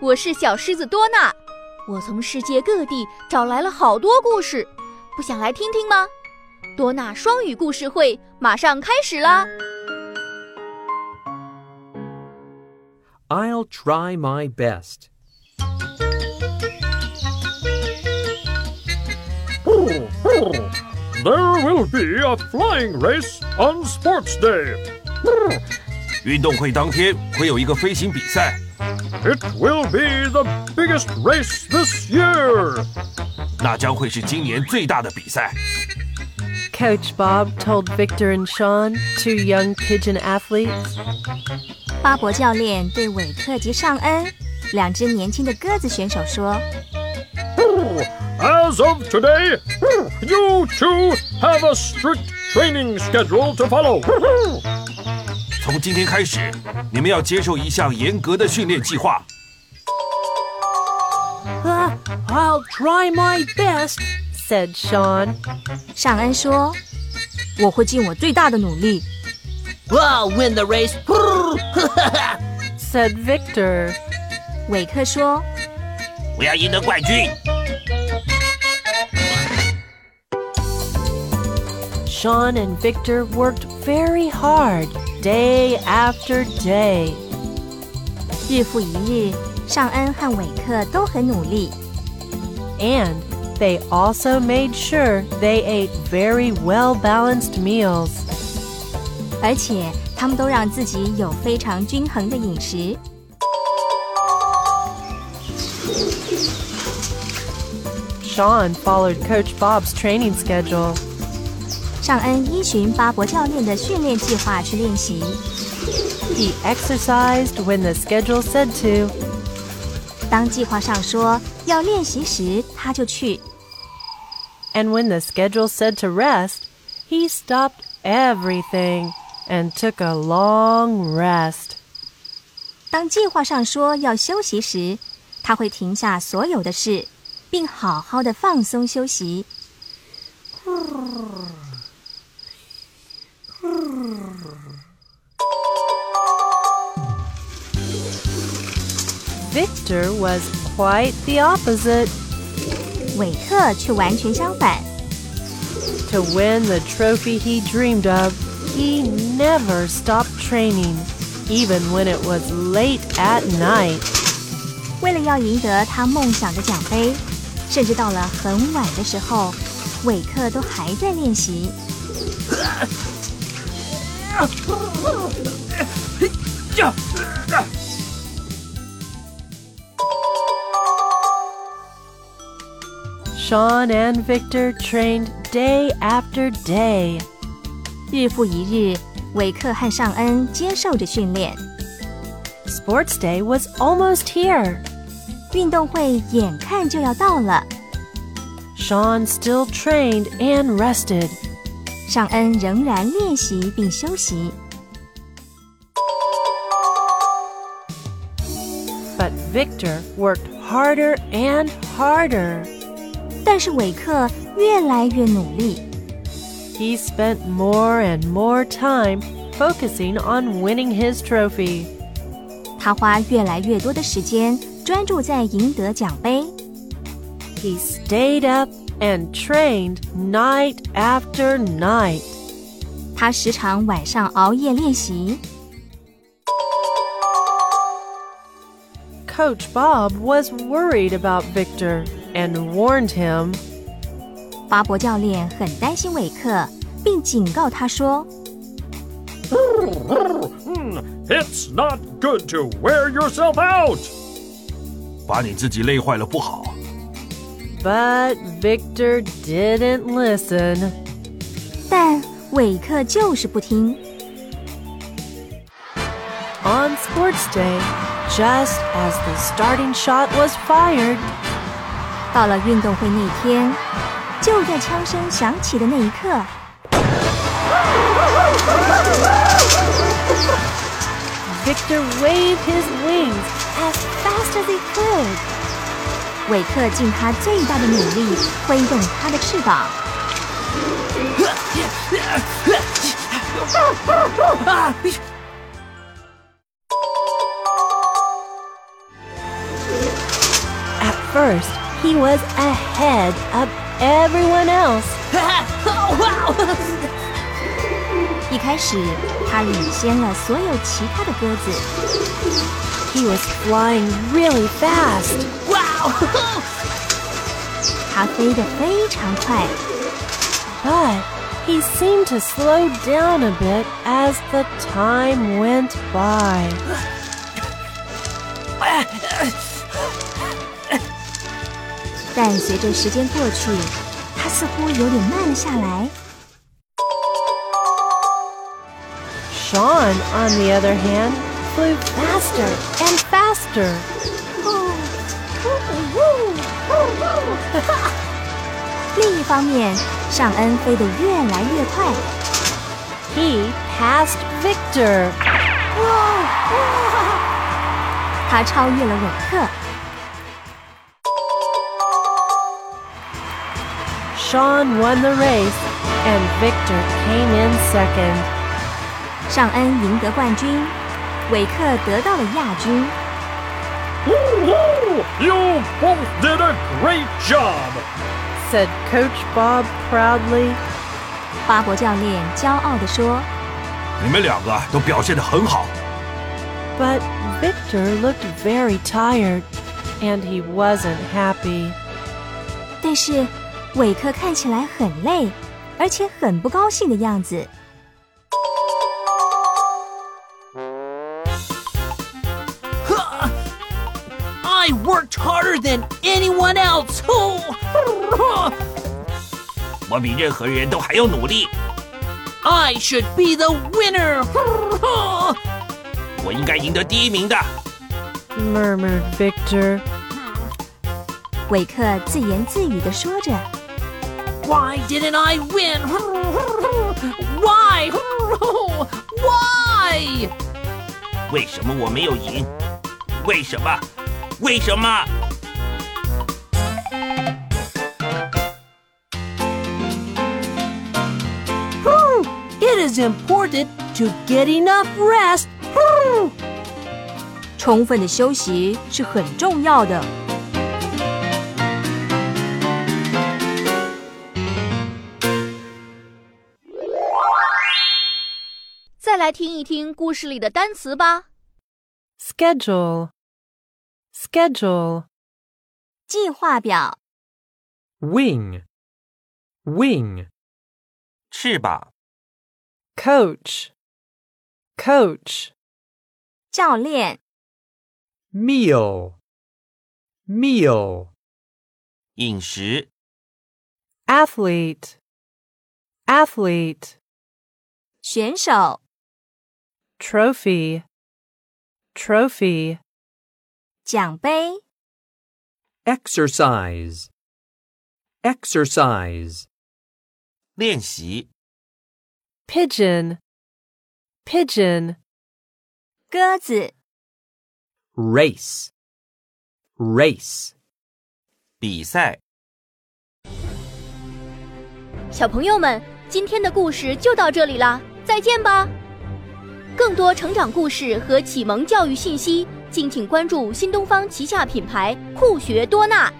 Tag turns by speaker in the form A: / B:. A: 我是小狮子多纳，我从世界各地找来了好多故事，不想来听听吗？多纳双语故事会马上开始啦！
B: I'll try my best.
C: There will be a flying race on Sports Day.
D: 运动会当天会有一个飞行比赛，
C: It will be the biggest race this year.
D: 那将会是今年最大的比赛。
E: Coach Bob told Victor and Sean, two young pigeon athletes,
F: 巴伯教练对韦特及尚恩两只年轻的鸽子选手说
C: As of today, you two have a strict training schedule to follow.
D: 从今天开始，你们要接受一项严格的训练计划。
E: ah, I'll try my best, said Sean.
F: 尚恩说：“我会尽我最大的努力。
G: I'll win the race.
E: Said Victor. ”
F: 韦特说
D: 我要赢得冠军。
E: Sean and Victor worked very hard, day after day.：“
F: 日复一日，尚恩和韦特都很努力，
E: And they also made sure they ate very well balanced meals.
F: 而且他们都让自己有非常均衡的饮食。
E: Sean followed Coach Bob's training schedule.
F: 尚恩依循巴伯教练的训练计划去练习，
E: He exercised when the schedule said to.
F: 当计划上说要练习时，他就去。
E: And when the schedule said to rest, he stopped everything and took a long rest.
F: 当计划上说要休息时，他会停下所有的事，并好好的放松休息。
E: Victor was quite the opposite.
F: 韦特却完全相反，
E: To win the trophy he dreamed of, he never stopped training, even when it was late at night.
F: 为了要赢得他梦想的奖杯，甚至到了很晚的时候，韦特都还在练习。
E: Sean and Victor trained day after day.
F: 日复一日，韦特和尚恩接受着训练，
E: Sports day was almost here.
F: 运动会眼看就要到了，
E: Sean still trained and rested.
F: 尚恩仍然练习并休息。
E: But Victor worked harder and harder.
F: 但是韦克越来越努力，
E: He spent more and more time focusing on winning his trophy.
F: 他花越来越多的时间专注在赢得奖杯。
E: He stayed up and trained night after night.
F: 他时常晚上熬夜练习。
E: Coach Bob was worried about Victor and warned him.
F: 巴伯教练很担心韦克，并警告他说
C: Hmm, It's not good to wear yourself out.
D: 把你自己累坏了不好。
E: But Victor didn't listen.：“
F: 但韦克就是不听。
E: On sports day, just as the starting shot was fired, ”
F: 到了运动会那天，就在枪声响起的那一刻，
E: Victor waved his wings as fast as he could.
F: 韦克尽他最大的努力挥动他的翅膀，
E: first, he was ahead of everyone else.
F: 一开始，他领先了所有其他的鸽子。
E: He was flying really fast.
F: 它飞得非常快，
E: But he seemed to slow down a bit as the time went by.
F: 但随着时间过去，它似乎有点慢了下来。
E: Sean, on the other hand, flew faster and faster.
F: 另一方面，尚恩飞得越来越快，
E: He passed Victor.
F: 他超越了韦克。
E: Sean won the race, and Victor came in second.
F: 尚恩赢得冠军，韦克得到了亚军。
C: Woo-hoo! You both did a great job!
E: said Coach Bob proudly.
F: 巴伯教练骄傲地说
D: 你们两个都表现得很好。
E: But Victor looked very tired, and he wasn't happy.：“
F: 但是，韦克看起来很累，而且很不高兴的样子。
G: I worked harder than anyone else.
D: 我比任何人都还要努力，
G: I should be the winner.
D: 我应该赢得第一名的。
E: murmured Victor. ”
F: 韦克自言自语地说着
G: Why didn't I win? Why? Why?
D: 为什么我没有赢？为什么？为什么？
E: It is important to get enough rest.：“
F: 充分的休息是很重要的。
A: 再来听一听故事里的单词吧。
E: Schedule. Schedule. ”
F: 计划表、
B: Wing. Wing.
D: 翅膀、
E: Coach. Coach.
F: 教练、
B: Meal. Meal.
D: 饮食、
E: Athlete. Athlete.
F: 选手、
E: Trophy. Trophy.
F: 奖杯、
B: Exercise. Exercise.
D: 练习、
E: Pigeon. Pigeon.
F: 鸽子、
B: Race. Race.
D: 比赛。
A: 小朋友们，今天的故事就到这里啦，再见吧！更多成长故事和启蒙教育信息，敬请关注新东方旗下品牌酷学多纳。